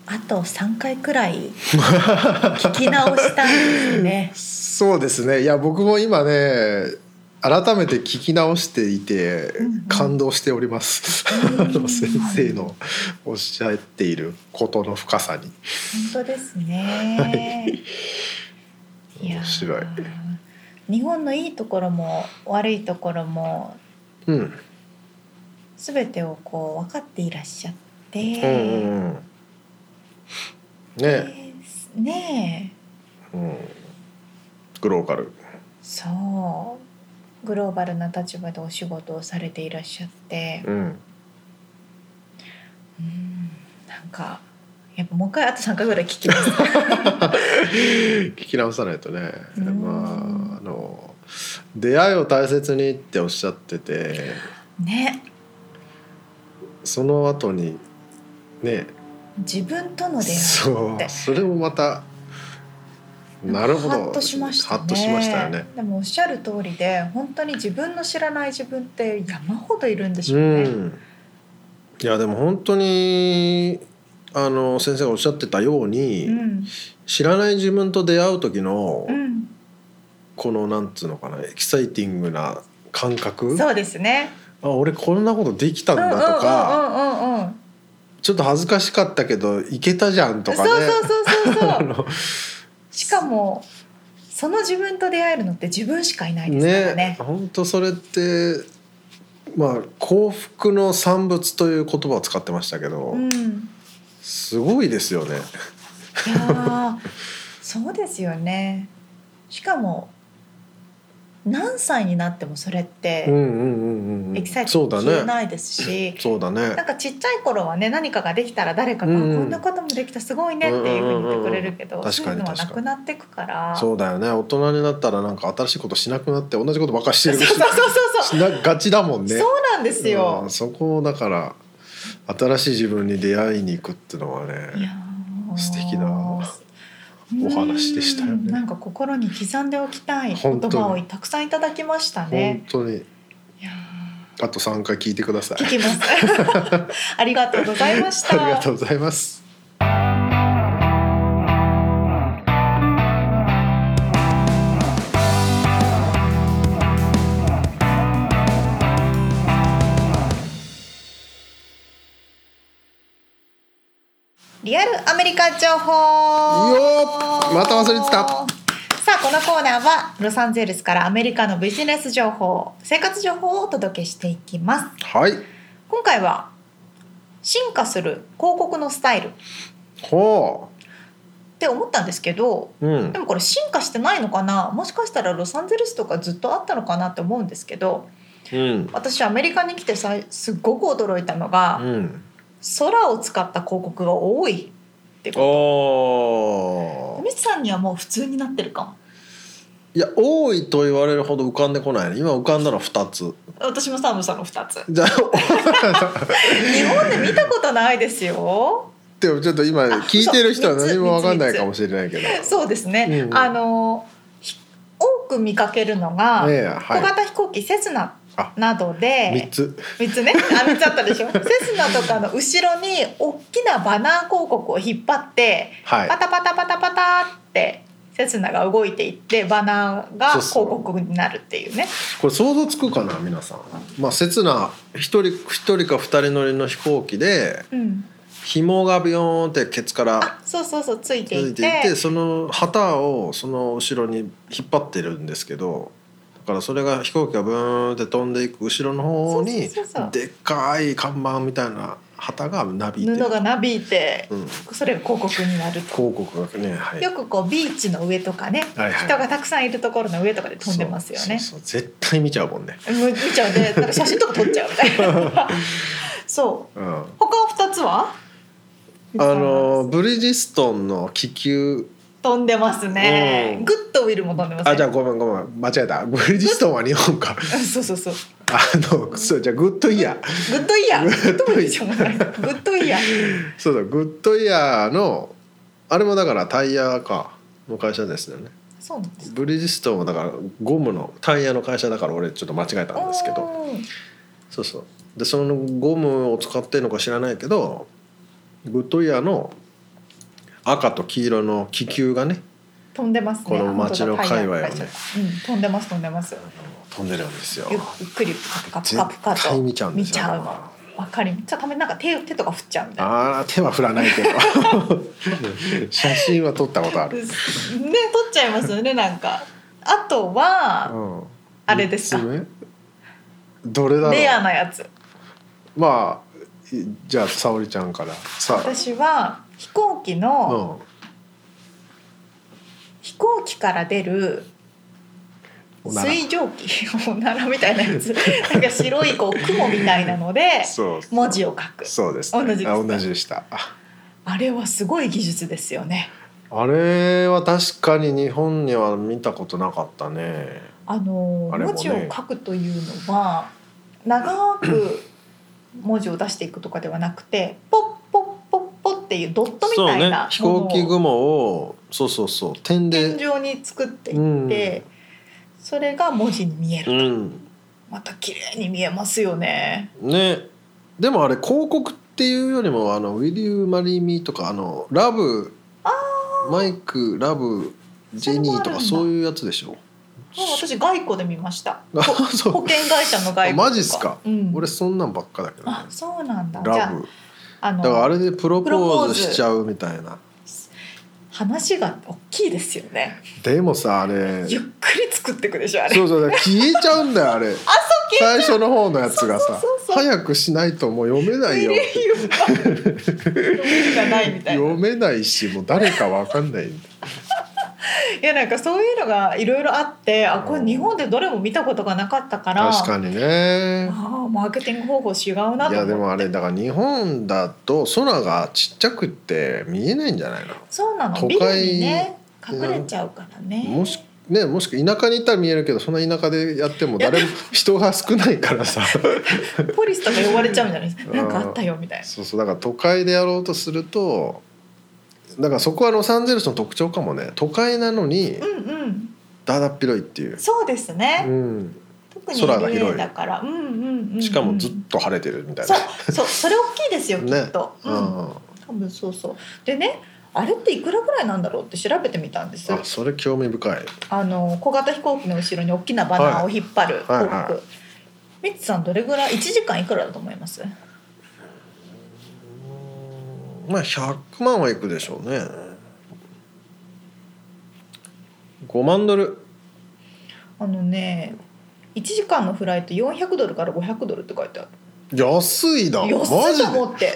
Speaker 1: あと3回くらい聞き直したんですね。
Speaker 5: そうですねいや僕も今ね改めて聞き直していて感動しております、 あの先生のおっしゃっていることの深さに
Speaker 1: 本当ですね。いやー
Speaker 5: 面白い
Speaker 1: 日本のいいところも悪いところも
Speaker 5: うん
Speaker 1: 全てをこう分かっていらっしゃって、
Speaker 5: うんうんうん
Speaker 2: ね、
Speaker 1: ねえ
Speaker 2: うん、グローカル
Speaker 1: そうグローバルな立場でお仕事をされていらっしゃって、
Speaker 2: うん
Speaker 1: うん、なんかやっぱもう一回あと3回ぐらい聞きます
Speaker 2: 聞き直さないとね、
Speaker 1: うん
Speaker 2: まああの出会いを大切にっておっしゃってて
Speaker 1: ね
Speaker 2: その後にね
Speaker 1: 自分との出会い
Speaker 2: そ
Speaker 1: って
Speaker 2: うそれもまたなるほど
Speaker 1: ハッとしましたね
Speaker 2: ハッとしましたよね
Speaker 1: でもおっしゃる通りで本当に自分の知らない自分って山ほどいるんでしょ
Speaker 2: う
Speaker 1: うね、
Speaker 2: んいやでも本当にあの先生がおっしゃってたように、
Speaker 1: うん
Speaker 2: 知らない自分と出会う時の、
Speaker 1: うん
Speaker 2: このなんつうのかなエキサイティングな感覚
Speaker 1: そうですね。
Speaker 2: あ俺こんなことできたんだとか、
Speaker 1: うんうんうんうんうん。
Speaker 2: ちょっと恥ずかしかったけどいけたじゃんと
Speaker 1: そう
Speaker 2: か
Speaker 1: そ
Speaker 2: ね
Speaker 1: うそうそうそ
Speaker 2: あ
Speaker 1: う。
Speaker 2: の
Speaker 1: しかもその自分と出会えるのって自分しかいないですから
Speaker 2: ね
Speaker 1: ね。
Speaker 2: 本当それってまあ幸福の産物という言葉を使ってましたけど、
Speaker 1: うん。い
Speaker 2: すごいですよね。
Speaker 1: やーそうですよね。しかも何歳になってもそれっ
Speaker 2: うんう
Speaker 1: て
Speaker 2: んうんうんう
Speaker 1: エ
Speaker 2: ん
Speaker 1: キサイティ
Speaker 2: そ
Speaker 1: ン
Speaker 2: う
Speaker 1: グ
Speaker 2: だ
Speaker 1: 消え
Speaker 2: ね。
Speaker 1: ないですし。
Speaker 2: そうだね
Speaker 1: なん。かちっちゃい頃はね何かができたら誰かが、
Speaker 2: うんうん
Speaker 1: こんなこともできたすごいねっていうふうに言ってくれるけど、
Speaker 2: うんうんうんうん
Speaker 1: そういうのはなくなってくから
Speaker 2: そうだよね。大人になったらなんか新しいことしなくなって同じことばっかりしてるし
Speaker 1: そうそうそうそう
Speaker 2: しながちだもんね。
Speaker 1: そうなんですよ
Speaker 2: うん、そこをだから新しい自分に出会いに行くっていうのはね。
Speaker 1: いやー
Speaker 2: 素敵なお話でしたよね
Speaker 1: うんなんか心に刻んでおきたい言
Speaker 2: 本当に
Speaker 1: 葉をたくさんいただきましたね
Speaker 2: 本。当に
Speaker 1: いや
Speaker 2: あと3回聞いてください
Speaker 1: ー聞き ます。 ありがとうございまし
Speaker 2: ありが
Speaker 1: た
Speaker 2: と。うございます
Speaker 1: リアルアメリカ情報。
Speaker 2: よーまた忘れてた
Speaker 1: さあこのコーナーはロサンゼルスからアメリカのビジネス情報、生活情報をお届けしていきます。
Speaker 2: はい
Speaker 1: 今回は進化する広告のスタイルっ
Speaker 2: ほ
Speaker 1: て思ったんですけど、
Speaker 2: ううん
Speaker 1: でもこれ進化してないのかなもしかしたらロサンゼルスとかずっとあったのかなって思うんですけど
Speaker 2: うん
Speaker 1: 私アメリカに来てさすっごく驚いたのが、
Speaker 2: うん
Speaker 1: 空を使った広告が多いってこ
Speaker 2: お
Speaker 1: とミツさんにはもう普通になってるかも
Speaker 2: いや多いと言われるほど浮かんでこないね今浮かんだの2つ
Speaker 1: 私もサムさんの2つ
Speaker 2: じゃあ
Speaker 1: 日本で見たことないですよ
Speaker 2: でもちょっと今聞いてる人は
Speaker 1: そう
Speaker 2: 何も
Speaker 1: 三つ
Speaker 2: 分かんないかもしれないけど
Speaker 1: そうですね、
Speaker 2: うん
Speaker 1: あのひ多く見かけるのが、
Speaker 2: ええは
Speaker 1: 小型飛行機セスナ
Speaker 2: あ
Speaker 1: などで
Speaker 2: い3つ
Speaker 1: 三つね、あ三つあったでしょ。 セスナとかの後ろに大きなバナー広告を引っ張って、
Speaker 2: はい
Speaker 1: パタパタパタパタってセスナが動いていってバナーが
Speaker 2: そう
Speaker 1: 広
Speaker 2: そう
Speaker 1: 告になるっていうね。
Speaker 2: これ想像つくかな皆さんまあ刹那一人一人か二人乗りの飛行機で
Speaker 1: うん。
Speaker 2: 紐がビヨーンってケツから
Speaker 1: あ、そうそうそうついて
Speaker 2: 続
Speaker 1: い
Speaker 2: い
Speaker 1: て、
Speaker 2: ていてその旗をその後ろに引っ張ってるんですけどだからそれが飛行機がブーンって飛んでいく後ろの方に
Speaker 1: そうそうそうそう
Speaker 2: でっかい看板みたいな旗がなびいて
Speaker 1: 布
Speaker 2: る、
Speaker 1: がなびいて、
Speaker 2: うん、
Speaker 1: それが広告になると。
Speaker 2: 広告がね、はい、
Speaker 1: よくこうビーチの上とかね、
Speaker 2: はいはい
Speaker 1: 人がたくさんいるところの上とかで飛んでますよね。
Speaker 2: そうそうそう絶対見ちゃうもんね、
Speaker 1: もう見ちゃうね、なんか写真とか撮っちゃうみたいな。そう。
Speaker 2: うん、 あ
Speaker 1: 他は二つは？
Speaker 2: のブリヂストンの気球
Speaker 1: 飛んでますね。
Speaker 2: うん
Speaker 1: グッドウィルも飛んでますね。
Speaker 2: あじゃあごめんごめん間違えたブリヂストンは日本か
Speaker 1: うん そうそうそう。
Speaker 2: あのそうじゃあグッドイヤー
Speaker 1: グッドイ ヤー。グッドウィル
Speaker 2: イヤ
Speaker 1: じゃない。グッドイヤー。
Speaker 2: そうだグッドイヤーのあれもだからタイヤかの会社ですよね
Speaker 1: そうなんです。
Speaker 2: ブリヂストンはだからゴムのタイヤの会社だから俺ちょっと間違えたんですけど
Speaker 1: おー
Speaker 2: そうそうでそのゴムを使ってるのか知らないけどグッドイヤーの赤と黄色の気球がね
Speaker 1: 飛んでますね。
Speaker 2: この街
Speaker 1: 本
Speaker 2: の
Speaker 1: 当だ
Speaker 2: 界隈をね
Speaker 1: タイヤの会社うん、飛んでます飛んでます。
Speaker 2: 飛んでるんですよ
Speaker 1: ゆっくりプカプカプカプ
Speaker 2: 絶
Speaker 1: カ
Speaker 2: 対
Speaker 1: と
Speaker 2: 見ちゃうんで
Speaker 1: 見
Speaker 2: す
Speaker 1: ち
Speaker 2: よ
Speaker 1: ゃうの。わかります。じゃあたまになんか手手とか振っちゃうみたいな。
Speaker 2: あー手は振らない けど写真は撮ったことあ
Speaker 1: うっ
Speaker 2: る、
Speaker 1: ね取っちゃいますよねなんか。あとは
Speaker 2: うん、
Speaker 1: あれですか
Speaker 2: 三つ目どれだろう
Speaker 1: レアなやつ。
Speaker 2: まあいじゃあ沙織ちゃんからさ
Speaker 1: 私は飛行機の、
Speaker 2: うん
Speaker 1: 飛行機から出る
Speaker 2: おなら
Speaker 1: 水蒸気 おならみたいなやつなんか白いこう雲みたいなので
Speaker 2: そう
Speaker 1: 文字を書く
Speaker 2: そうです、ね、
Speaker 1: 同じですか
Speaker 2: あ同じでしたあ
Speaker 1: あれはすごい技術ですよね
Speaker 2: あれは確かに日本には見たことなかったね
Speaker 1: あの
Speaker 2: あれも
Speaker 1: 文
Speaker 2: ね
Speaker 1: 字を書くというのは長く 文字を出していくとかではなくてポッポッポッポっていうドットみ
Speaker 2: そう
Speaker 1: たい
Speaker 2: ね
Speaker 1: な
Speaker 2: 飛
Speaker 1: ものを
Speaker 2: 行機雲をそうそうそう点
Speaker 1: 天
Speaker 2: で
Speaker 1: 井に作っていって、それが文字に見える、
Speaker 2: うん
Speaker 1: また綺麗に見えますよね
Speaker 2: ねでもあれ広告っていうよりも「あの Will You Marry Me」とか「あのラブマイクラブジェニー」とか
Speaker 1: そ
Speaker 2: そ
Speaker 1: れもあるんだ
Speaker 2: ういうやつでしょ
Speaker 1: もう私外交で見ました
Speaker 2: あ
Speaker 1: ほ
Speaker 2: そう
Speaker 1: 保険会社の外交と
Speaker 2: あマジっすか
Speaker 1: うん、
Speaker 2: 俺そんなんばっかだけどね
Speaker 1: あそうなんだじ
Speaker 2: ラ
Speaker 1: ゃ
Speaker 2: ブ
Speaker 1: ああ
Speaker 2: だからあ
Speaker 1: の
Speaker 2: れでプロポ
Speaker 1: プロポー
Speaker 2: ー
Speaker 1: ズ
Speaker 2: ズしちゃうみたいな
Speaker 1: 話が大きいですよね
Speaker 2: でもさあれ
Speaker 1: ゆっくり作っていくでしょあれ
Speaker 2: そうそうだから消えちゃうんだよあれ
Speaker 1: あそう
Speaker 2: 最初の方のやつがさ
Speaker 1: そうそうそうそう
Speaker 2: 早くしないともう読めないよ
Speaker 1: レイユが読みがない みたいな
Speaker 2: 読めないしもう誰かわかんない
Speaker 1: いやなんかそういうのがいろいろあってあこれ日本でどれも見たことがなかったから
Speaker 2: 確かにね
Speaker 1: ああマーケティング方法違うなと思
Speaker 2: いや
Speaker 1: っ
Speaker 2: で
Speaker 1: て
Speaker 2: もあれだから日本だと空がちっちゃくって見えないんじゃないの、
Speaker 1: そうなの
Speaker 2: 都
Speaker 1: ビ
Speaker 2: 会
Speaker 1: ルにね隠れちゃうからね
Speaker 2: もしねもしくは田舎に行ったら見えるけどそんな田舎でやっても誰も人が少ないからさ
Speaker 1: ポリスとか呼ばれちゃうんじゃないですか
Speaker 2: うん
Speaker 1: なんかあったよみたいな
Speaker 2: そうそうだから都会でやろうとするとだからそこはロサンゼルスの特徴かもね都会なのに
Speaker 1: うんうん
Speaker 2: だだっ広いっていう、
Speaker 1: そうです
Speaker 2: う
Speaker 1: ね、
Speaker 2: ん、
Speaker 1: 特に
Speaker 2: 空が
Speaker 1: LA
Speaker 2: 広い
Speaker 1: だからうんうんうん、うん、
Speaker 2: しかもずっと晴れてるみたいな。
Speaker 1: そうそうそれ大きいですよき
Speaker 2: ね
Speaker 1: っと、
Speaker 2: う
Speaker 1: うん
Speaker 2: ん
Speaker 1: 多分そうそうでねあれっていくらぐらいなんだろうって調べてみたんです
Speaker 2: あそれ興味深い
Speaker 1: あの小型飛行機の後ろに大きなバナーを引っ張る広告、
Speaker 2: はいはいはい
Speaker 1: ミッツさんどれぐらい1時間いくらだと思います
Speaker 2: まあ100万はいくでしょうね5万ドル
Speaker 1: あのね1時間のフライト400ドルから500ドルって書いてある
Speaker 2: 安いな
Speaker 1: 安
Speaker 2: マ
Speaker 1: い
Speaker 2: ジ
Speaker 1: と
Speaker 2: で
Speaker 1: 思ってで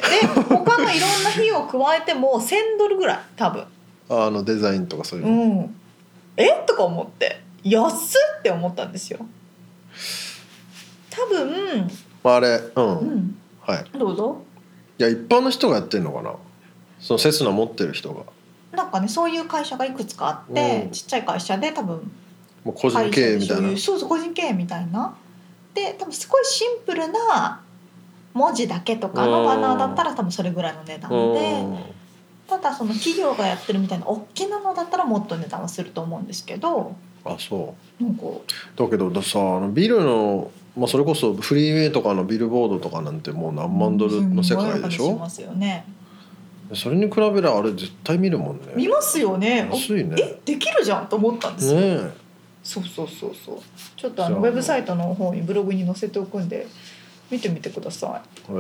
Speaker 1: 他のいろんな費用を加えても1000ドルぐらい多分
Speaker 2: あのデザインとかそういう
Speaker 1: う
Speaker 2: の、
Speaker 1: んえとか思って安っって思ったんですよ多分
Speaker 2: まあ、あれうん、
Speaker 1: うん
Speaker 2: はい
Speaker 1: どうぞ
Speaker 2: いや一般の人がやってんのかなそのセスナ持ってる人が
Speaker 1: なんかねそういう会社がいくつかあって、
Speaker 2: うん
Speaker 1: ちっちゃい会社で多分
Speaker 2: もう個人経営みた
Speaker 1: 会社で
Speaker 2: いな
Speaker 1: 所有そうそう個人経営みたいなで多分すごいシンプルな文字だけとかの
Speaker 2: うん
Speaker 1: バナーだったら多分それぐらいの値段
Speaker 2: う
Speaker 1: で
Speaker 2: ん
Speaker 1: ただその企業がやってるみたいな大きなのだったらもっと値段はすると思うんですけど
Speaker 2: あそ
Speaker 1: なんか
Speaker 2: うだけどださあのビルの、まあ、それこそフリーウェイとかのビルボードとかなんてもう何万ドルの世界でし
Speaker 1: すごいお金し
Speaker 2: ょ
Speaker 1: ますよね
Speaker 2: それに比べればあれ絶対見るもんね
Speaker 1: 見ますよねお
Speaker 2: 安いね
Speaker 1: えできるじゃんと思ったんですよ、
Speaker 2: ね
Speaker 1: そうそうそうそうちょっとあ
Speaker 2: じゃ
Speaker 1: の
Speaker 2: あ
Speaker 1: ウェブサイトの方にブログに載せておくんで見てみてください
Speaker 2: え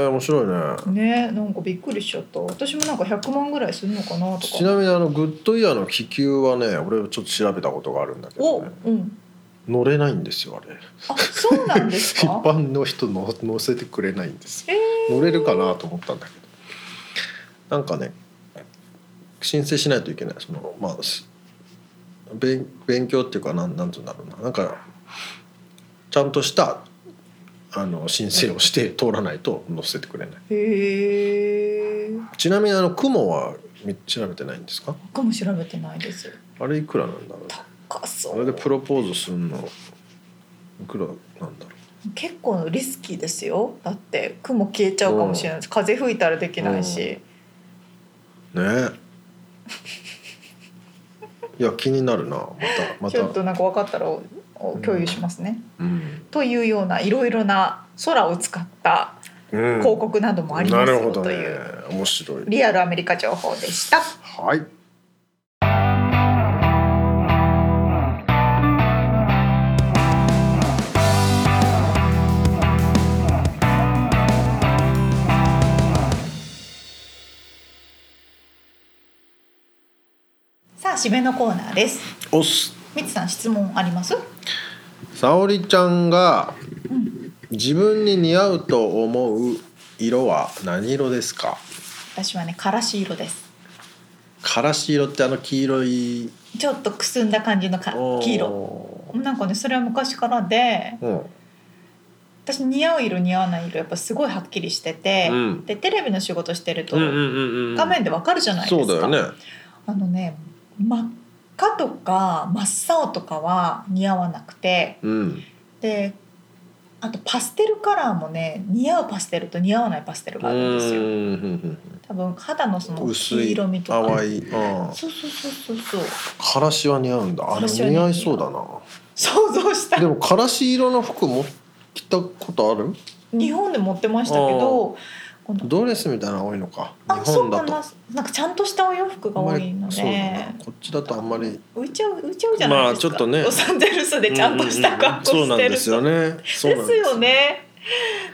Speaker 2: へえ面白いね
Speaker 1: ねなんかびっくりしちゃった私もなんか100万ぐらいするのかなと
Speaker 2: ち
Speaker 1: か
Speaker 2: なみにあのグッドイヤーの気球はね俺ちょっと調べたことがあるんだけ
Speaker 1: お、
Speaker 2: ど、ね、
Speaker 1: うん
Speaker 2: 乗れないんですよあれ
Speaker 1: あそうなんです
Speaker 2: 一
Speaker 1: か
Speaker 2: 般の人の乗せてくれないんですよ
Speaker 1: えー
Speaker 2: 乗れるかなと思ったんだけどなんかね申請しないといけないそのまあし勉勉強っていうかなんなんていうんだろうななんかちゃんとしたあの申請をして通らないと乗せてくれない
Speaker 1: へえ
Speaker 2: ちなみにあの雲はみ調べてないんですか
Speaker 1: かも調べてないです
Speaker 2: あれいくらなんだろう
Speaker 1: 高そ
Speaker 2: あれで
Speaker 1: う
Speaker 2: プロポーズするのいくらなんだろ
Speaker 1: 結構リスキーですよだって雲消えちゃうかもしれないです風吹いたらできないし、
Speaker 2: うねえいや気になるなまたま、
Speaker 1: ちょったとなんか分かったらおお共有しますね、
Speaker 2: うん
Speaker 1: というようないろいろな空を使った
Speaker 2: うん、
Speaker 1: 広告などもあります
Speaker 2: なる
Speaker 1: よ
Speaker 2: ほど
Speaker 1: と
Speaker 2: ね
Speaker 1: いう
Speaker 2: 面白い
Speaker 1: リアルアメリカ情報でした
Speaker 2: はい
Speaker 1: さあ締めのコーナーです
Speaker 2: おす
Speaker 1: みつさん質問あります
Speaker 2: 沙織ちゃんが自分に似合うと思う色は何色ですか
Speaker 1: 私はねからし色です
Speaker 2: からし色ってあの黄色い
Speaker 1: ちょっとくすんだ感じのか黄色
Speaker 2: 色
Speaker 1: なんかねそれは昔からで
Speaker 2: うん
Speaker 1: 私似合う色似合わない色やっぱすごいはっきりしてて、
Speaker 2: うん
Speaker 1: でテレビの仕事してると
Speaker 2: うんうんうんうん
Speaker 1: 画面でわかるじゃないです
Speaker 2: そ
Speaker 1: か、
Speaker 2: うだよね
Speaker 1: あのね真っ赤とか真っ青とかは似合わなくて
Speaker 2: うん
Speaker 1: であとパステルカラーもね似合うパステルと似合わないパステルがあるんですよ
Speaker 2: うん
Speaker 1: 多分肌のその
Speaker 2: 薄い
Speaker 1: 黄色みとか
Speaker 2: 淡いうん
Speaker 1: そうそうそうそうそう
Speaker 2: からしは似合うんだあれも似合いそうだな
Speaker 1: 想像した
Speaker 2: でもからし色の服も着たことある
Speaker 1: 日本で持ってましたけどこの
Speaker 2: ドレスみたいなの多いのか日
Speaker 1: あそう
Speaker 2: 本
Speaker 1: か
Speaker 2: だと
Speaker 1: ななんかちゃんとしたお洋服が多いの
Speaker 2: そうだ
Speaker 1: で
Speaker 2: なこっちだとあんまり
Speaker 1: 浮いちゃう浮いちゃうじゃないですか、
Speaker 2: まあちょっとね
Speaker 1: ロサンゼルスでちゃんとした格好してると、
Speaker 2: うんうんうんそうなんですよねそうなん
Speaker 1: ですよね。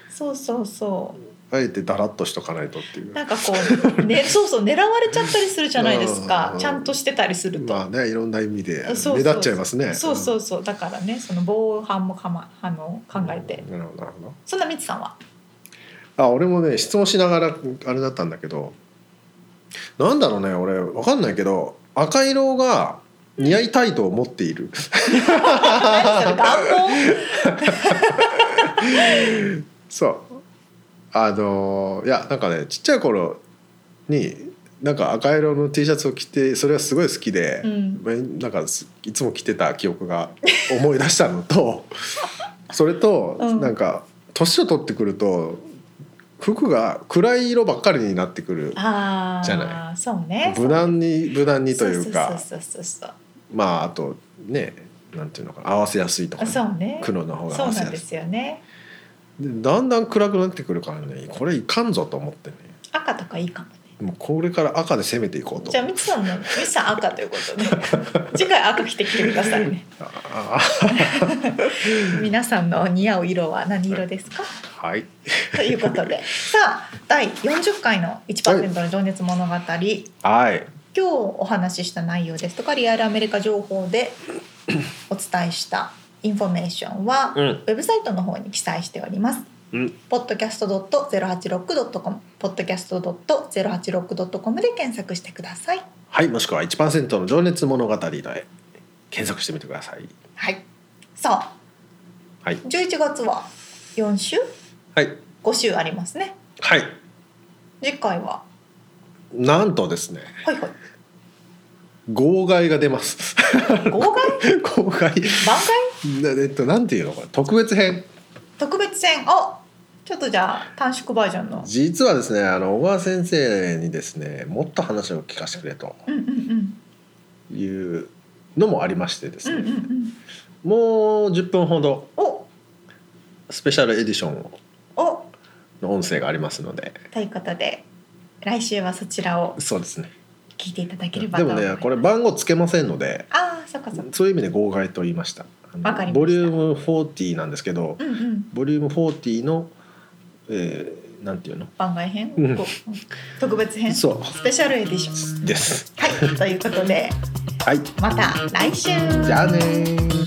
Speaker 1: そうそうそ
Speaker 2: あえてだらっとしとかないとっていう
Speaker 1: う。なんかこう ね、そうそう狙われちゃったりするじゃないです
Speaker 2: う
Speaker 1: か
Speaker 2: ん。
Speaker 1: ちゃんとしてたりすると。
Speaker 2: まあねいろんな意味で
Speaker 1: そうそう
Speaker 2: 目立っちゃいますね
Speaker 1: そうそううそう。だからね、その防犯もかまあの考えて。
Speaker 2: んなるほどなるほど
Speaker 1: そんなみつさん は。
Speaker 2: あ俺もね質問しながらあれだったんだけどなんだろうね俺わかんないけど赤色が似合い態度を持っている、
Speaker 1: 何それ願望？
Speaker 2: そうあのーいやなんかねちっちゃい頃になんか赤色の T シャツを着てそれはすごい好きで、
Speaker 1: うん
Speaker 2: めなんかすいつも着てた記憶が思い出した のとそれと、
Speaker 1: うん
Speaker 2: なんか年を取ってくると服が暗い色ばっかりになってくる
Speaker 1: ああ。
Speaker 2: じゃな
Speaker 1: そうね。
Speaker 2: 無難に無難にというか
Speaker 1: そうそうそうそう
Speaker 2: まああとねなんていうのかな合わせやすいとか
Speaker 1: そう。
Speaker 2: ね、
Speaker 1: そうね。
Speaker 2: 黒の方が合
Speaker 1: そう
Speaker 2: わせ
Speaker 1: なん
Speaker 2: や
Speaker 1: ですすよね。
Speaker 2: いでだんだん暗くなってくるからねこれいかんぞと思ってね
Speaker 1: 赤とかいいかもね。
Speaker 2: もうこれから赤で攻めていこうと
Speaker 1: じゃあみつさんのみつさん赤ということで次回赤着てきてくださいね。
Speaker 2: あ
Speaker 1: 皆さんの似合う色は何色ですか？
Speaker 2: あはい
Speaker 1: ということで、さあ第40回の1%の情熱物語、
Speaker 2: はい
Speaker 1: 今日お話しした内容ですとかリアルアメリカ情報でお伝えしたインフォメーションは、
Speaker 2: う
Speaker 1: ウ
Speaker 2: ん
Speaker 1: ェブサイトの方に記載しております。
Speaker 2: うん、
Speaker 1: podcast.086.com podcast.086.com で検索してください。
Speaker 2: はいもしくは1%の情熱物語で検索してみてください
Speaker 1: はい。さあ、
Speaker 2: はい
Speaker 1: 11月は4週
Speaker 2: はい
Speaker 1: 5週ありますね。
Speaker 2: はい
Speaker 1: 次回は
Speaker 2: なんとですね
Speaker 1: はいはい
Speaker 2: 号外が出ます
Speaker 1: 号外
Speaker 2: 号外
Speaker 1: 番外
Speaker 2: なえっとなんていうのこれ特別編
Speaker 1: 特別編をちょっとじゃあ短縮バージョンの
Speaker 2: 実はですねあの小川先生にですねもっと話を聞かせてくれと
Speaker 1: うんうんうん
Speaker 2: いうのもありましてです
Speaker 1: うんうんう
Speaker 2: ね、
Speaker 1: ん
Speaker 2: もう10分ほど
Speaker 1: お
Speaker 2: スペシャルエディション
Speaker 1: お
Speaker 2: の音声がありますので
Speaker 1: ということで来週はそちらを
Speaker 2: そうですね
Speaker 1: 聞いていただけ
Speaker 2: で
Speaker 1: ればと
Speaker 2: も
Speaker 1: 思います
Speaker 2: ねこれ番号つけませんので
Speaker 1: ああそっかそっか
Speaker 2: そういう意味で号外と言いましたあの
Speaker 1: わかりました
Speaker 2: ボリューム40なんですけど
Speaker 1: うんうん
Speaker 2: ボリューム40の、えー、なんていうの
Speaker 1: 番外編、
Speaker 2: うん
Speaker 1: こう特別編
Speaker 2: そ
Speaker 1: スペシャルエディション
Speaker 2: うです
Speaker 1: はいということで
Speaker 2: はい
Speaker 1: また来週
Speaker 2: じゃあねー